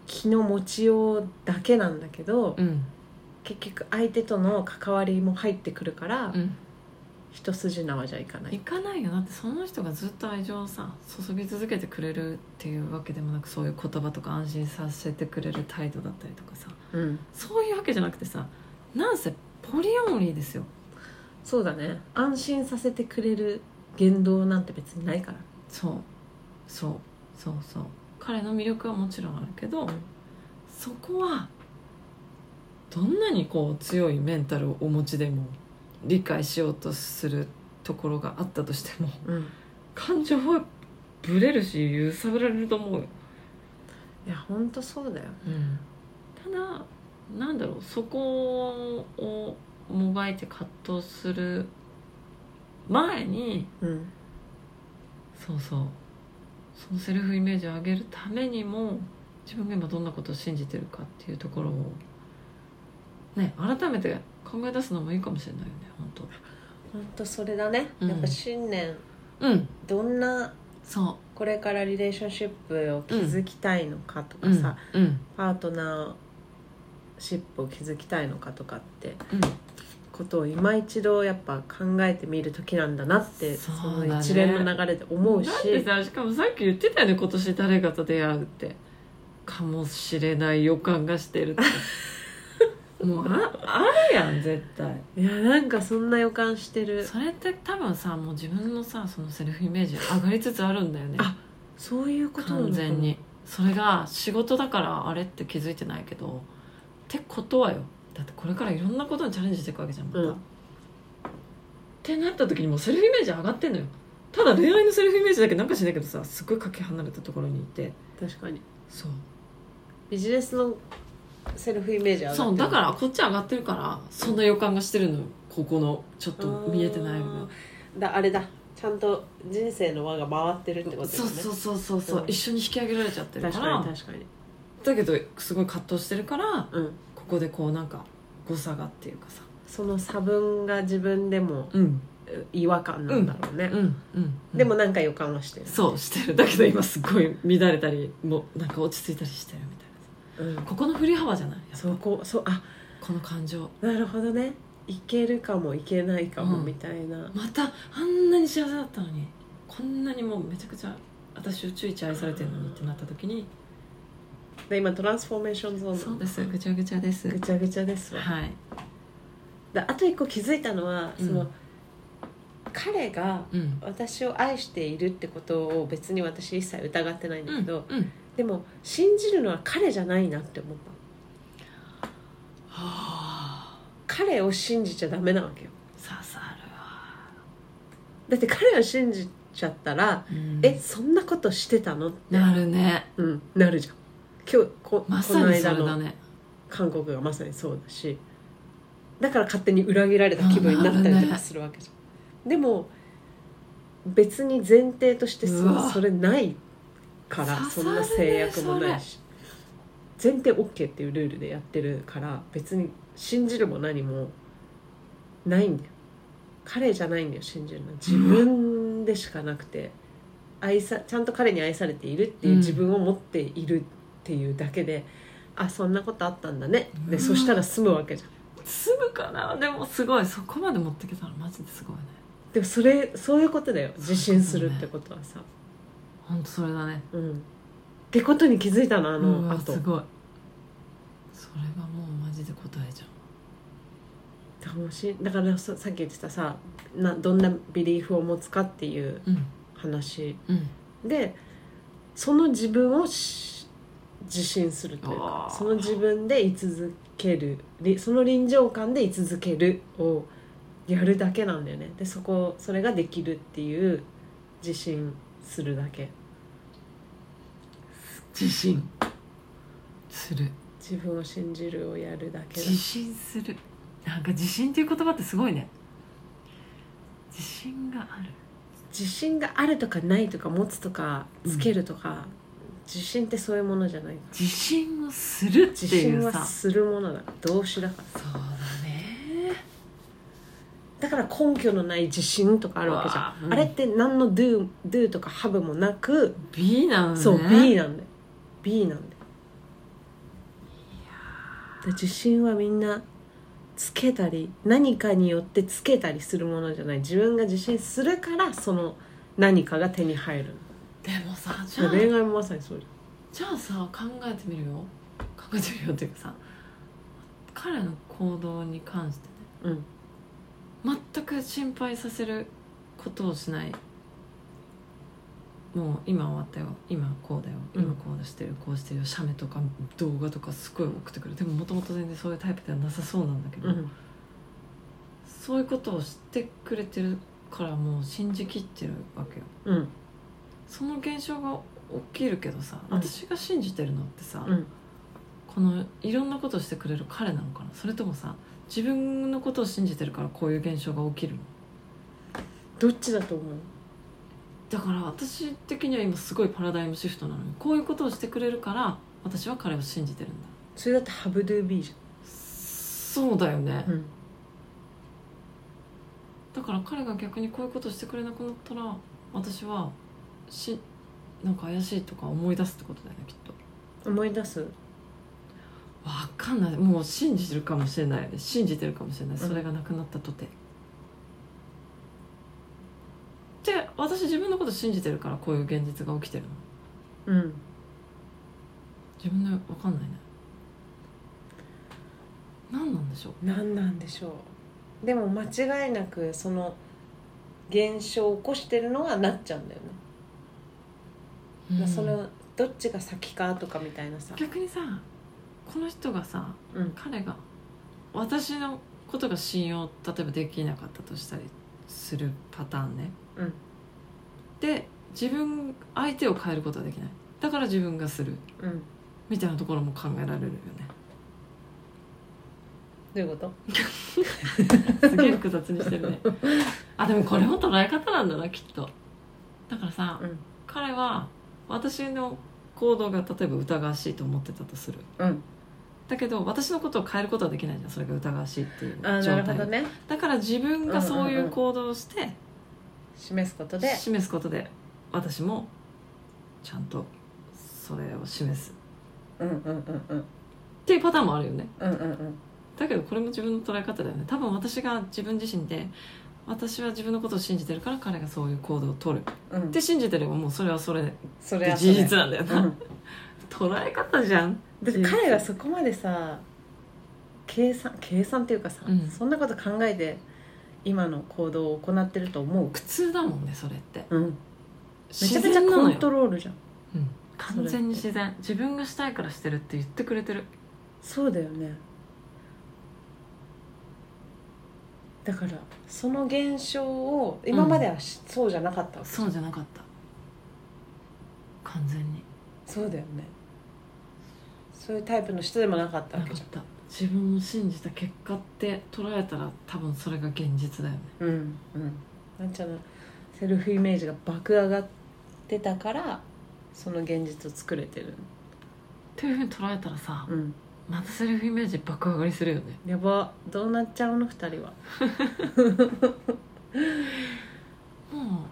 Speaker 1: 気の持ちようだけなんだけど、
Speaker 2: うん
Speaker 1: 結局相手との関わりも入ってくるから、
Speaker 2: うん
Speaker 1: 一筋縄じゃいかない
Speaker 2: 行かないよだってその人がずっと愛情をさ注ぎ続けてくれるっていうわけでもなくそういう言葉とか安心させてくれる態度だったりとかさ
Speaker 1: うん
Speaker 2: そういうわけじゃなくてさなんせポリオンリーですよ
Speaker 1: そうだね安心させてくれる言動なんて別にないから
Speaker 2: そうそうそうそう彼の魅力はもちろんあるけど、
Speaker 1: うん
Speaker 2: そこはどんなにこう強いメンタルをお持ちでも理解しようとするところがあったとしても
Speaker 1: うん
Speaker 2: 感情はブレるし揺さぶられると思うよ、
Speaker 1: いや本当そうだよ
Speaker 2: ただなんだろうそこをもがいて葛藤する前に
Speaker 1: うん
Speaker 2: そうそうそのセルフイメージを上げるためにも自分が今どんなことを信じてるかっていうところをね改めて考え出すのもいいかもしれないよね本
Speaker 1: 本当それだね、
Speaker 2: うん
Speaker 1: やっぱ信念
Speaker 2: 当うん
Speaker 1: どんな
Speaker 2: そ
Speaker 1: これからリレーションシップを築きたいのかと
Speaker 2: う
Speaker 1: か
Speaker 2: うん
Speaker 1: さ、
Speaker 2: うん
Speaker 1: パートナーシップを築きたいのかとかって
Speaker 2: うん
Speaker 1: ことを今一度やっぱ考えてみる時なんだなってそ,、
Speaker 2: そうだね
Speaker 1: の一連の流れで思うし
Speaker 2: だってさしかもさっき言ってたよね今年誰かと出会うってかもしれない予感がしてるって もうああるやん絶対
Speaker 1: いやなんかそんな予感してる
Speaker 2: それって多分さもう自分のさそのセルフイメージ上がりつつあるんだよね
Speaker 1: あそういうことなのか
Speaker 2: 完
Speaker 1: な
Speaker 2: 全にそれが仕事だからあれって気づいてないけどってことはよだってこれからいろんなことにチャレンジしていくわけじゃんまた、
Speaker 1: うん
Speaker 2: ってなった時にもうセルフイメージ上がってんのよただ恋愛のセルフイメージだけなんかしないけどさすっごいかけ離れたところにいて
Speaker 1: 確かに
Speaker 2: そう
Speaker 1: ビジネスのセルフイメージ上がって
Speaker 2: そうだからこっち上がってるからそんな予感がしてるのよここのちょっと見えてない部分
Speaker 1: らだあれだちゃんと人生の輪が回ってるってことだ
Speaker 2: そ
Speaker 1: よ
Speaker 2: う
Speaker 1: ね
Speaker 2: そうそうそうそう、
Speaker 1: うん
Speaker 2: 一緒に引き上げられちゃってる
Speaker 1: 確
Speaker 2: から
Speaker 1: かに確かに
Speaker 2: だけどすごい葛藤してるから
Speaker 1: うん
Speaker 2: ここでこうなんか誤差がっていうかさ
Speaker 1: その差分が自分でも
Speaker 2: うん
Speaker 1: う違和感なんだろうね、
Speaker 2: うんうん
Speaker 1: でもなんか予感はしてる、
Speaker 2: そうしてるだけど今すごい乱れたりもうなんか落ち着いたりしてるみたい
Speaker 1: うん
Speaker 2: な、ここの振り幅じゃないやっぱ
Speaker 1: そこそうあ
Speaker 2: この感情
Speaker 1: なるほどねいけるかもいけないかも
Speaker 2: うん
Speaker 1: みたいな、
Speaker 2: またあんなに幸せだったのにこんなにもうめちゃくちゃ私を注意ち愛されてるのにってなった時に
Speaker 1: で今トランスフォーメーションゾ
Speaker 2: 「
Speaker 1: ー
Speaker 2: そう
Speaker 1: ン
Speaker 2: ですぐちゃぐちゃです
Speaker 1: ぐ」ちゃぐちゃですわ、
Speaker 2: はい
Speaker 1: であと一個気づいたのは、
Speaker 2: うん
Speaker 1: その彼が
Speaker 2: うん
Speaker 1: 私を愛しているってことを別に私一切疑ってないんだ
Speaker 2: う
Speaker 1: け
Speaker 2: ん
Speaker 1: ど、
Speaker 2: うん
Speaker 1: でも信じるのは彼じゃないなって思った
Speaker 2: はあ
Speaker 1: 彼を信じちゃダメなわけよ
Speaker 2: 刺さるわ、
Speaker 1: だって彼を信じちゃったら、
Speaker 2: うん
Speaker 1: えそんなことしてたのって
Speaker 2: なるね
Speaker 1: うん、なるじゃん今日こ,、
Speaker 2: ま
Speaker 1: こ
Speaker 2: さ
Speaker 1: の
Speaker 2: にそ
Speaker 1: 間
Speaker 2: れだ
Speaker 1: の
Speaker 2: ね
Speaker 1: 韓国がまさにそうだしだから勝手に裏切られた気分になったりとかするわけじゃん、でも別に前提としてそう
Speaker 2: わ
Speaker 1: それないから
Speaker 2: 刺さ
Speaker 1: そ
Speaker 2: るね
Speaker 1: んな制約もないし前提 OK っていうルールでやってるから別に信じるも何もないんだよ彼じゃないんだよ信じるのは自分でしかなくて愛さちゃんと彼に愛されているっていう自分を持っているっていうだけで、あそんなことあったんだねで
Speaker 2: うん
Speaker 1: そしたら済むわけじゃん
Speaker 2: 住むかなでもすごいそこまで持ってけたらマジですごいね
Speaker 1: でもそれそういうことだよ自信するってことはさ、
Speaker 2: ほんとそれだね
Speaker 1: うんってことに気づいたのあ
Speaker 2: う
Speaker 1: の
Speaker 2: わ
Speaker 1: あと
Speaker 2: すごいそれがもうマジで答えじゃん
Speaker 1: 楽しいだからささっき言ってたさなどんなビリーフを持つかっていう
Speaker 2: うん
Speaker 1: 話
Speaker 2: うん
Speaker 1: でその自分をし自信するというか
Speaker 2: あー
Speaker 1: その自分で居続けるりその臨場感で居続けるをやるだけなんだよねでそこそれができるっていう自信するだけ
Speaker 2: 自信する
Speaker 1: 自分を信じるをやるだけだ
Speaker 2: 自信するなんか自信っていう言葉ってすごいね自信がある
Speaker 1: 自信があるとかないとか持つとかつけるとか、自信ってそういうものじゃない
Speaker 2: 自信をするって
Speaker 1: 自
Speaker 2: い
Speaker 1: 信
Speaker 2: う
Speaker 1: は
Speaker 2: さ
Speaker 1: するものだ動詞だから
Speaker 2: そうだね
Speaker 1: だから根拠のない自信とかあるわけじゃ
Speaker 2: うわ
Speaker 1: ん、
Speaker 2: うん
Speaker 1: あれって何の do, do とか have もなく、
Speaker 2: B なのね
Speaker 1: そう B なんだよ B なんだよで自信はみんなつけたり何かによってつけたりするものじゃない自分が自信するからその何かが手に入る
Speaker 2: でもさじゃ
Speaker 1: の
Speaker 2: あ
Speaker 1: 恋愛もまさにそうじ
Speaker 2: じゃあさ考えてみるよ考えてみるよっていうかさ彼の行動に関して
Speaker 1: ゃんうん
Speaker 2: ね全く心配させることをしないもう今終わったよ今こうだよ
Speaker 1: うん
Speaker 2: 今こうだしてるこうしてるよ写メとか動画とかすごい送ってくるでももともと全然そういうタイプではなさそうなんだけど、
Speaker 1: うん
Speaker 2: そういうことを知ってくれてるからもう信じきってるわけよ
Speaker 1: うん
Speaker 2: その現象が起きるけどさ、
Speaker 1: うん
Speaker 2: 私が信じてるのってさ、
Speaker 1: うん
Speaker 2: このいろんなことをしてくれる彼なのかなそれともさ自分のことを信じてるからこういう現象が起きるの
Speaker 1: どっちだと思う
Speaker 2: だから私的には今すごいパラダイムシフトなのにこういうことをしてくれるから私は彼を信じてるんだ
Speaker 1: それだって have do be じ
Speaker 2: そうだよね
Speaker 1: ゃん、、うん、
Speaker 2: だから彼が逆にこういうことをしてくれなくなったら私はしなんか怪しいとか思い出すってことだよねきっと
Speaker 1: 思い出す
Speaker 2: わかんないもう信じてるかもしれない信じてるかもしれない
Speaker 1: うん
Speaker 2: それがなくなったとて、で私自分のこと信じてるからこういう現実が起きてるの
Speaker 1: うん
Speaker 2: 自分でわかんないね何なんでしょう
Speaker 1: 何なんでしょうでも間違いなくその現象を起こしてるのはなっちゃうんだよね、
Speaker 2: うん
Speaker 1: そのどっちが先かとかみたいなさ、
Speaker 2: 逆にさこの人がさ
Speaker 1: うん、
Speaker 2: 彼が私のことが信用例えばできなかったとしたりするパターンね、
Speaker 1: うん
Speaker 2: で自分相手を変えることはできないだから自分がする
Speaker 1: うん、ど
Speaker 2: みたいなところも考えられるよね
Speaker 1: ういうこと
Speaker 2: すげえ複雑にし てるねあでもこれも捉え方なんだなきっとだからさ、
Speaker 1: うん
Speaker 2: 彼は私の行動が例えば疑わしいと思ってたとする
Speaker 1: うん
Speaker 2: だけど私のことを変えることはできないじゃんそれが疑わしいっていう
Speaker 1: あ
Speaker 2: 状
Speaker 1: なるほ
Speaker 2: 態
Speaker 1: どね
Speaker 2: だから自分がそういう行動をして
Speaker 1: 示すことで
Speaker 2: 示すことで私もちゃんとそれを示す
Speaker 1: うんうんうんうん
Speaker 2: っていうパターンもあるよね
Speaker 1: うんうんうん
Speaker 2: だけどこれも自分の捉え方だよね多分私が自分自身で私は自分のことを信じてるから彼がそういう行動を取る
Speaker 1: うん
Speaker 2: って信じてればもうそれはそれで
Speaker 1: それはそ
Speaker 2: 事
Speaker 1: れ
Speaker 2: 実なんだよ な、
Speaker 1: うん
Speaker 2: 捉え方じゃん
Speaker 1: だって彼がそこまでさ計算計算っていうかさ、
Speaker 2: うん
Speaker 1: そんなこと考えて今の行動を行ってると思う
Speaker 2: 苦痛だもんねそれって
Speaker 1: うん、め
Speaker 2: め
Speaker 1: ちゃめちゃコント
Speaker 2: ロ
Speaker 1: ロールじゃん
Speaker 2: うん、完全に自然自分がしたいからしてるって言ってくれてる
Speaker 1: そうだよねだからその現象を今まではし、そうじゃなかったわけ
Speaker 2: そうじゃなかった完全に
Speaker 1: そうだよねそういうタイプの人でもなかったわ
Speaker 2: な
Speaker 1: け
Speaker 2: かっ
Speaker 1: じゃ
Speaker 2: た自分を信じた結果って捉えたら多分それが現実だよね
Speaker 1: んうんうんなんちゃんのセルフイメージが爆上がってたからその現実を作れてる
Speaker 2: っていうふうに捉えたらさ
Speaker 1: うん
Speaker 2: またセルフイメージ爆上がりするよね
Speaker 1: やばどうなっちゃうの二人は
Speaker 2: も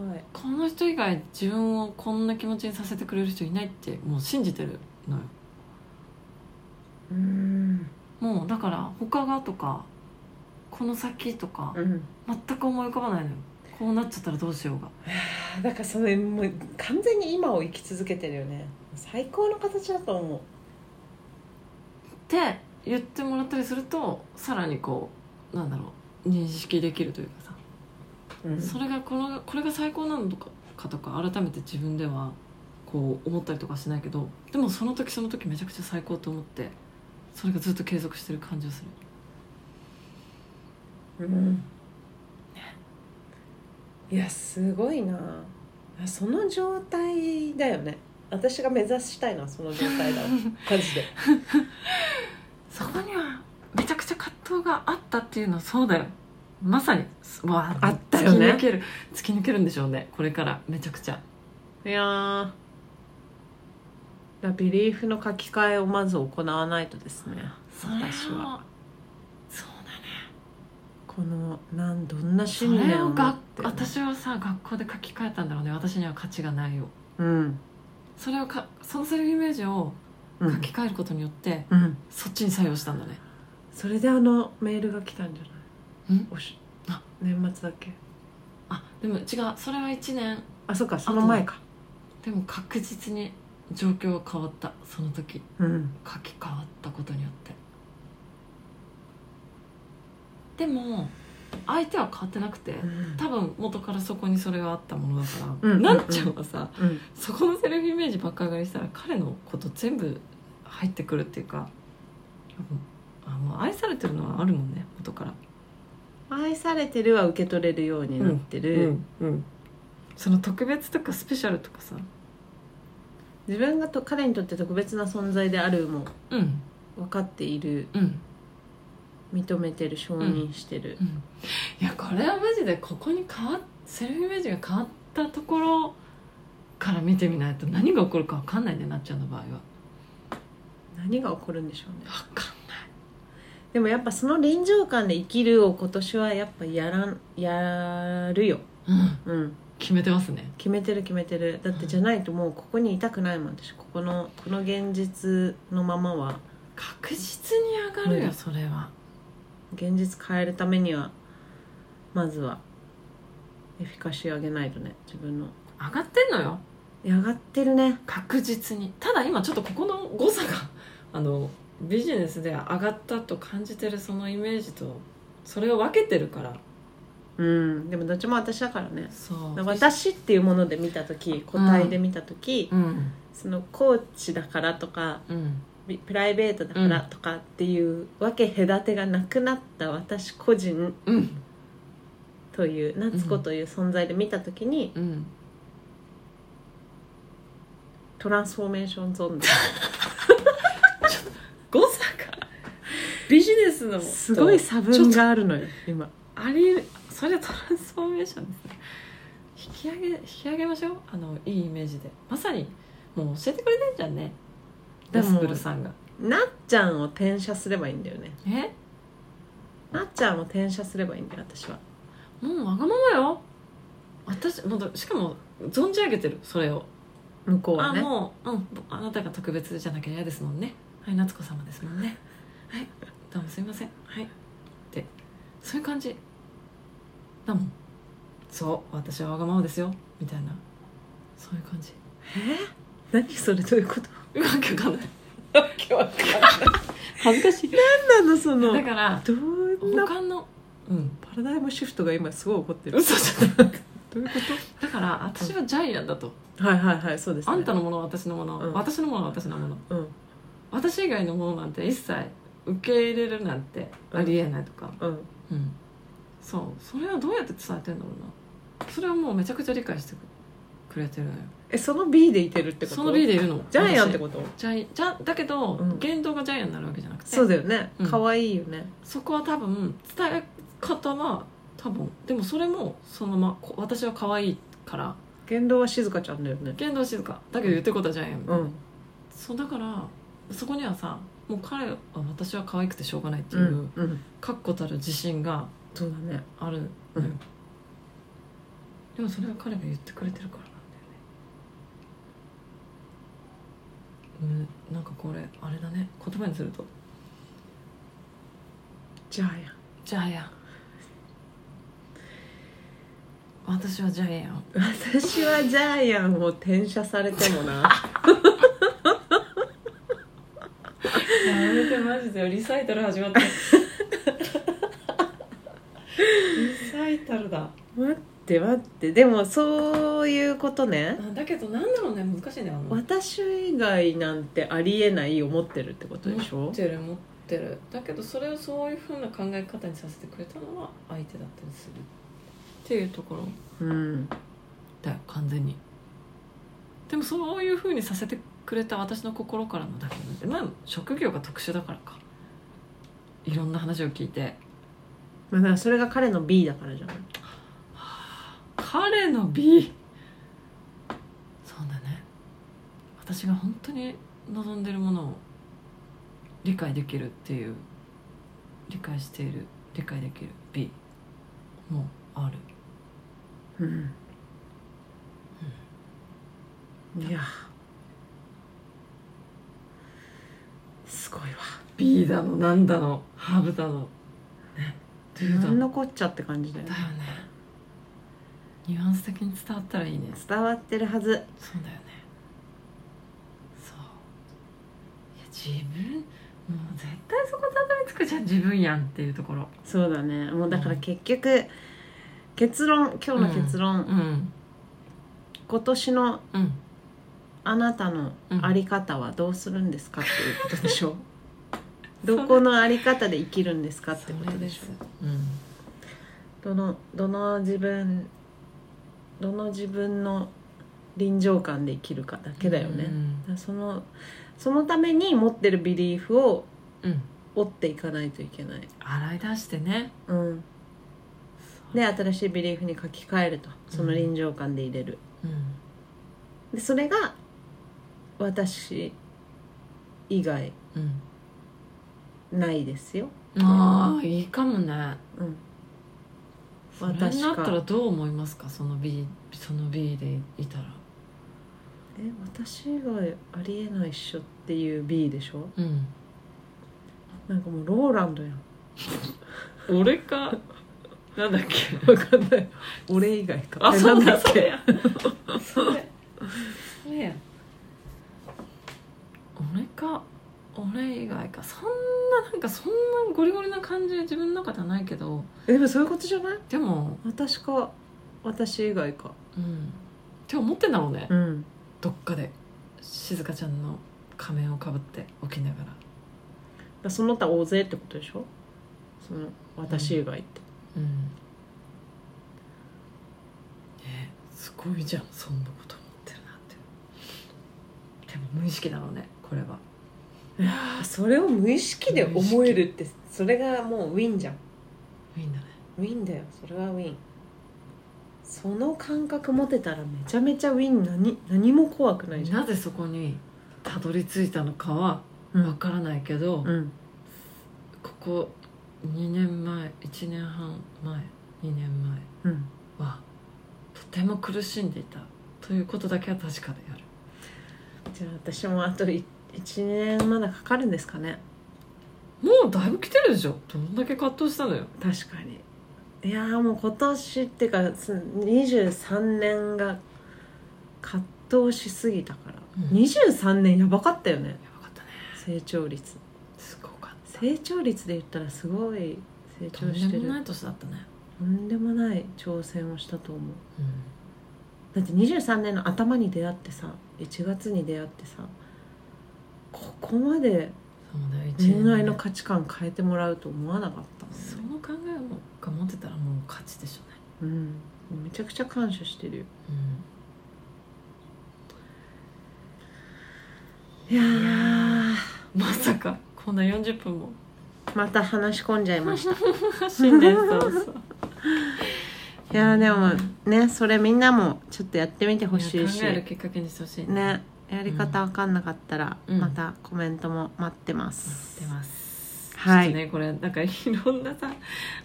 Speaker 2: う
Speaker 1: やばい
Speaker 2: ここの人以外自分をこんな気持ちにさせてくれる人いないってもう信じてるのよ
Speaker 1: うん
Speaker 2: もうだから他がとかこの先とか
Speaker 1: うん
Speaker 2: 全く思い浮かばないのよこうなっちゃったらどうしようが
Speaker 1: あだからそれもう完全に今を生き続けてるよね最高の形だと思う
Speaker 2: って言ってもらったりするとさらにこうなんだろう認識できるというかさ
Speaker 1: うん
Speaker 2: それがこのこれが最高なのかかとか改めて自分ではこう思ったりとかはしないけどでもその時その時めちゃくちゃ最高と思ってそれがずっと継続してる感じがする
Speaker 1: うんいやすごいなその状態だよね私が目指したいのはその状態だ わマジで
Speaker 2: そこにはめちゃくちゃ葛藤があったっていうのはそうだよまさにすわ
Speaker 1: あったよね
Speaker 2: 突き抜ける突き抜けるんでしょうねこれからめちゃくちゃ
Speaker 1: いやーだビリーフの書き換えをまず行わないとですね私は
Speaker 2: そうだね
Speaker 1: このなんどんな
Speaker 2: そ
Speaker 1: 信
Speaker 2: れ
Speaker 1: 念を
Speaker 2: を
Speaker 1: 持
Speaker 2: が
Speaker 1: って
Speaker 2: 私はさ学校で書き換えたんだろうね私には価値がないよ
Speaker 1: うん
Speaker 2: それをかそのセルフイメージを
Speaker 1: う
Speaker 2: 書
Speaker 1: ん
Speaker 2: き換えることによって、
Speaker 1: うん
Speaker 2: そっちに作用したんだね
Speaker 1: それであのメールが来たんじゃない
Speaker 2: ん
Speaker 1: おし
Speaker 2: あ
Speaker 1: 年末だっけ
Speaker 2: あでも違うそれは1年
Speaker 1: あそうかその前か
Speaker 2: でも確実に状況が変わったその時
Speaker 1: うん
Speaker 2: 書き換わったことによってでも相手は変わってなくて
Speaker 1: うん
Speaker 2: 多分元からそこにそれがあったものだから、
Speaker 1: うん
Speaker 2: なっちゃんはさ
Speaker 1: うん
Speaker 2: そこのセルフイメージばっか上がりしたら彼のこと全部入ってくるっていうかあもう愛されてるのはあるもんね元から
Speaker 1: 愛されてるは受け取れるようになってる、
Speaker 2: うんその特別とかスペシャルとかさ
Speaker 1: 自分がと彼にとって特別な存在であるも
Speaker 2: うん
Speaker 1: 分かっている
Speaker 2: うん
Speaker 1: 認めてる承認してる、
Speaker 2: うんいやこれはマジでここに変わっセルフイメージが変わったところから見てみないと何が起こるか分かんないねなっちゃんの場合は
Speaker 1: 何が起こるんでしょうね
Speaker 2: 分かんない
Speaker 1: でもやっぱその臨場感で生きるを今年はやっぱやらんやるよ
Speaker 2: うん
Speaker 1: うん
Speaker 2: 決めてますね
Speaker 1: 決めてる決めてるだってじゃないともうここにいたくないもん私ここのこの現実のままは
Speaker 2: 確実に上がる
Speaker 1: 無
Speaker 2: よ
Speaker 1: 理
Speaker 2: それは
Speaker 1: 現実変えるためにはまずはエフィカシー上げないとね自分の
Speaker 2: 上がってんのよ
Speaker 1: いや上がってるね
Speaker 2: 確実にただ今ちょっとここの誤差があのビジネスで上がったと感じてるそのイメージとそれを分けてるから
Speaker 1: うんでもどっちも私だからね
Speaker 2: そう
Speaker 1: 私っていうもので見た時個体で見た時、
Speaker 2: うん
Speaker 1: そのコーチだからとか
Speaker 2: うん
Speaker 1: ビプライベートだからとかっていうわけ隔てがなくなった私個人
Speaker 2: うん
Speaker 1: という夏子という存在で見た時に、
Speaker 2: うん
Speaker 1: トランスフォーメーションゾーンだ
Speaker 2: 誤差がビジネスの
Speaker 1: すごい
Speaker 2: と
Speaker 1: 差分があるのよ今
Speaker 2: ありそれはトランスフォーメーションですね引き上げ引き上げましょうあのいいイメージでまさにもう教えてくれてんじゃんね
Speaker 1: で
Speaker 2: ダ
Speaker 1: も
Speaker 2: スプルさんが
Speaker 1: なっちゃんを転写すればいいんだよね
Speaker 2: え
Speaker 1: なっちゃんを転写すればいいんだよ私は
Speaker 2: もうわがままよ私もうだしかも存じ上げてるそれを
Speaker 1: 向こうは
Speaker 2: あ
Speaker 1: ね
Speaker 2: もう、うん、あなたが特別じゃなきゃ嫌ですもんねはい夏子様ですもんねはいどうもすいませんはいってそういう感じだもんそう私はわがままですよみたいなそういう感じ
Speaker 1: え何それどういうこと
Speaker 2: うわけわかんない
Speaker 1: わか
Speaker 2: 恥ずかしい
Speaker 1: んないのその
Speaker 2: だから
Speaker 1: どんな
Speaker 2: 他のうん
Speaker 1: パラダイムシフトが今すごい起こってる
Speaker 2: 嘘じゃない
Speaker 1: どういうこ
Speaker 2: だから私はジャイアンだと
Speaker 1: とはいはいはいそうです、ね、
Speaker 2: あんたのものは私のもの、
Speaker 1: うん
Speaker 2: 私のものは私のもの
Speaker 1: うん
Speaker 2: 私以外のものなんて一切受け入れるなんてありえないとか、
Speaker 1: うん
Speaker 2: うん、そうそれはどうやって伝えてんだろうなそれはもうめちゃくちゃ理解してくれてるのよ
Speaker 1: えその B でいてるってこと
Speaker 2: その
Speaker 1: で
Speaker 2: B でいるの
Speaker 1: ジャイアンってこと
Speaker 2: 私ジャイじゃだけど、
Speaker 1: うん
Speaker 2: 言動がジャイアンになるわけじゃなくて
Speaker 1: そうだよね
Speaker 2: うん
Speaker 1: 可愛、いよね
Speaker 2: そこは多分伝え方は多分でもそれもそのままこ私は可愛いから
Speaker 1: 言動は静香ちゃんだよね
Speaker 2: 言動は静かだけど言ってることはジャイアンみたいな
Speaker 1: うん
Speaker 2: そうだからそこにはさもう彼は私は可愛くてしょうがないって
Speaker 1: う
Speaker 2: いうん
Speaker 1: うん
Speaker 2: 確固たる自信が
Speaker 1: そうだね
Speaker 2: あるのよ、
Speaker 1: うん
Speaker 2: でもそれは彼が言ってくれてるからなんだよねうんなんかこれあれだね言葉にすると
Speaker 1: じゃあや
Speaker 2: ジャイアン私はジャイアン
Speaker 1: 私はジャイアンを転写されても な
Speaker 2: やめてマジでリサイタル始まった リサイタルだ
Speaker 1: 待って待ってでもそういうことね
Speaker 2: あだけどなんだろうね難しいんだよな
Speaker 1: 私以外なんてありえない思ってるってことでし
Speaker 2: 持
Speaker 1: ょ
Speaker 2: ってる持ってるだけどそれをそういうふうな考え方にさせてくれたのは相手だったりするっていうところ
Speaker 1: うん
Speaker 2: だよ完全にでもそういうふうにさせてくれた私の心からのだけどまあ職業が特殊だからかいろんな話を聞いて
Speaker 1: まあだからそれが彼の B だからじゃない
Speaker 2: 彼の B そうだね私が本当に望んでるものを理解できるっていう理解している理解できる B もある
Speaker 1: うんいやすごいわ
Speaker 2: B だのなんだのハーブだのねどうだ
Speaker 1: 何
Speaker 2: の
Speaker 1: のこっちゃって感じだよ
Speaker 2: だ
Speaker 1: ね
Speaker 2: よねニュアンス的に伝わったらいいね
Speaker 1: 伝わってるはず
Speaker 2: そうだよねそういや自分もう絶対そこたどり着くじゃん自分やんっていうところ
Speaker 1: そうだねもうだから
Speaker 2: うん
Speaker 1: 結局結論今日の結論、
Speaker 2: うん
Speaker 1: 今年の
Speaker 2: うん
Speaker 1: あなたの
Speaker 2: うん
Speaker 1: あり方はどうするんですかっていうことでし ょどこのあり方で生きるんですかってことでしょ
Speaker 2: うん
Speaker 1: どのどの自分どの自分の臨場感で生きるかだけだよね、
Speaker 2: う
Speaker 1: だ
Speaker 2: ん
Speaker 1: からそのそのために持ってるビリーフを
Speaker 2: うん
Speaker 1: 折っていかないといけない、
Speaker 2: 洗い出してね
Speaker 1: うん、で新しいビリーフに書き換えるとその臨場感で入れる、
Speaker 2: うん
Speaker 1: でそれが私以外
Speaker 2: うん
Speaker 1: ないですよ、
Speaker 2: ああいいかもね
Speaker 1: うん、
Speaker 2: それ
Speaker 1: 私
Speaker 2: に
Speaker 1: か
Speaker 2: なったらどう思いますかその B その B でいたら
Speaker 1: え私以外ありえないっしょっていう B でしょ
Speaker 2: うん
Speaker 1: なんかもうローランドやん
Speaker 2: 俺かなんだっけ
Speaker 1: 分かんない俺以外か
Speaker 2: あ
Speaker 1: え
Speaker 2: そ
Speaker 1: なん
Speaker 2: う
Speaker 1: だ
Speaker 2: だ
Speaker 1: っ
Speaker 2: それ
Speaker 1: け
Speaker 2: やそれそれや俺か俺以外かそんななんかそんなゴリゴリな感じ自分の中ではないけど
Speaker 1: えでもそういうことじゃない
Speaker 2: でも
Speaker 1: 私か私以外か
Speaker 2: うんって思ってんだろうね、
Speaker 1: うん
Speaker 2: どっかで静香ちゃんの仮面をかぶって起きながら
Speaker 1: だその他大勢ってことでしょその私以外って、
Speaker 2: うんねすごいじゃんそんなこと思ってるなってでも無意識だろうねこれは
Speaker 1: ああそれを無意識で思えるってそれがもうウィンじゃん
Speaker 2: みんなね
Speaker 1: ウィンだよそれはウィンその感覚持てたらめちゃめちゃウィン何何も怖くないじゃん
Speaker 2: なぜそこにたどり着いたのかは
Speaker 1: う
Speaker 2: わからないけど、
Speaker 1: うん
Speaker 2: ここ2年前1年半前2年前
Speaker 1: うん
Speaker 2: はとても苦しんでいたということだけは確かである
Speaker 1: じゃあ私もあと1年まだかかるんですかね
Speaker 2: もうだいぶ来てるでしょどんだけ葛藤したのよ
Speaker 1: 確かにいやーもう今年っていうかす23年が葛藤しすぎたから、
Speaker 2: うん
Speaker 1: 23年やばかったよね
Speaker 2: やばかったね
Speaker 1: 成長率
Speaker 2: すごかった
Speaker 1: 成長率で言ったらすごい成
Speaker 2: と
Speaker 1: 長
Speaker 2: ん
Speaker 1: して
Speaker 2: で
Speaker 1: る
Speaker 2: もない年だったね
Speaker 1: とんでもない挑戦をしたと思う
Speaker 2: うん
Speaker 1: だって23年の頭に出会ってさ1月に出会ってさここまで
Speaker 2: そうだよ一年
Speaker 1: 恋愛の価値観変えてもらうと思わなかったもんね
Speaker 2: その考えをが持ってたらもう勝ちでしょうね
Speaker 1: うんめちゃくちゃ感謝してるよいやー
Speaker 2: うんまさかこんな40分も
Speaker 1: また話し込んじゃいましたい
Speaker 2: 新年早々
Speaker 1: やーでもねそれみんなもちょっとやってみてほしいし
Speaker 2: 考えるきっかけにしてほしい
Speaker 1: ねやり方わかんなかったら、
Speaker 2: うん
Speaker 1: またコメントも待ってま
Speaker 2: 待っ
Speaker 1: す
Speaker 2: てます
Speaker 1: はい
Speaker 2: ちょっとねこれなんかいろんなさ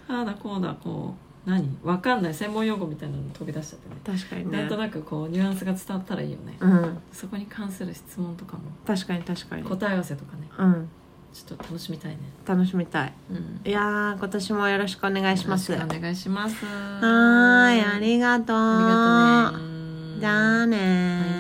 Speaker 2: ああだこうだこう何わかんない専門用語みたいなの飛び出しちゃってね
Speaker 1: 確かに
Speaker 2: なん
Speaker 1: ね
Speaker 2: となくこうニュアンスが伝わったらいいよね、
Speaker 1: うん
Speaker 2: そこに関する質問とかも
Speaker 1: 確かに確かに
Speaker 2: 答え合わせとかね
Speaker 1: うん
Speaker 2: ちょっと楽しみたいね、
Speaker 1: 楽しみたい
Speaker 2: うん、
Speaker 1: いやー今年もよろしくお願いします
Speaker 2: よ
Speaker 1: は
Speaker 2: ろしくお願いします
Speaker 1: ーいありがとう
Speaker 2: ありがとうね
Speaker 1: じゃあねー
Speaker 2: はい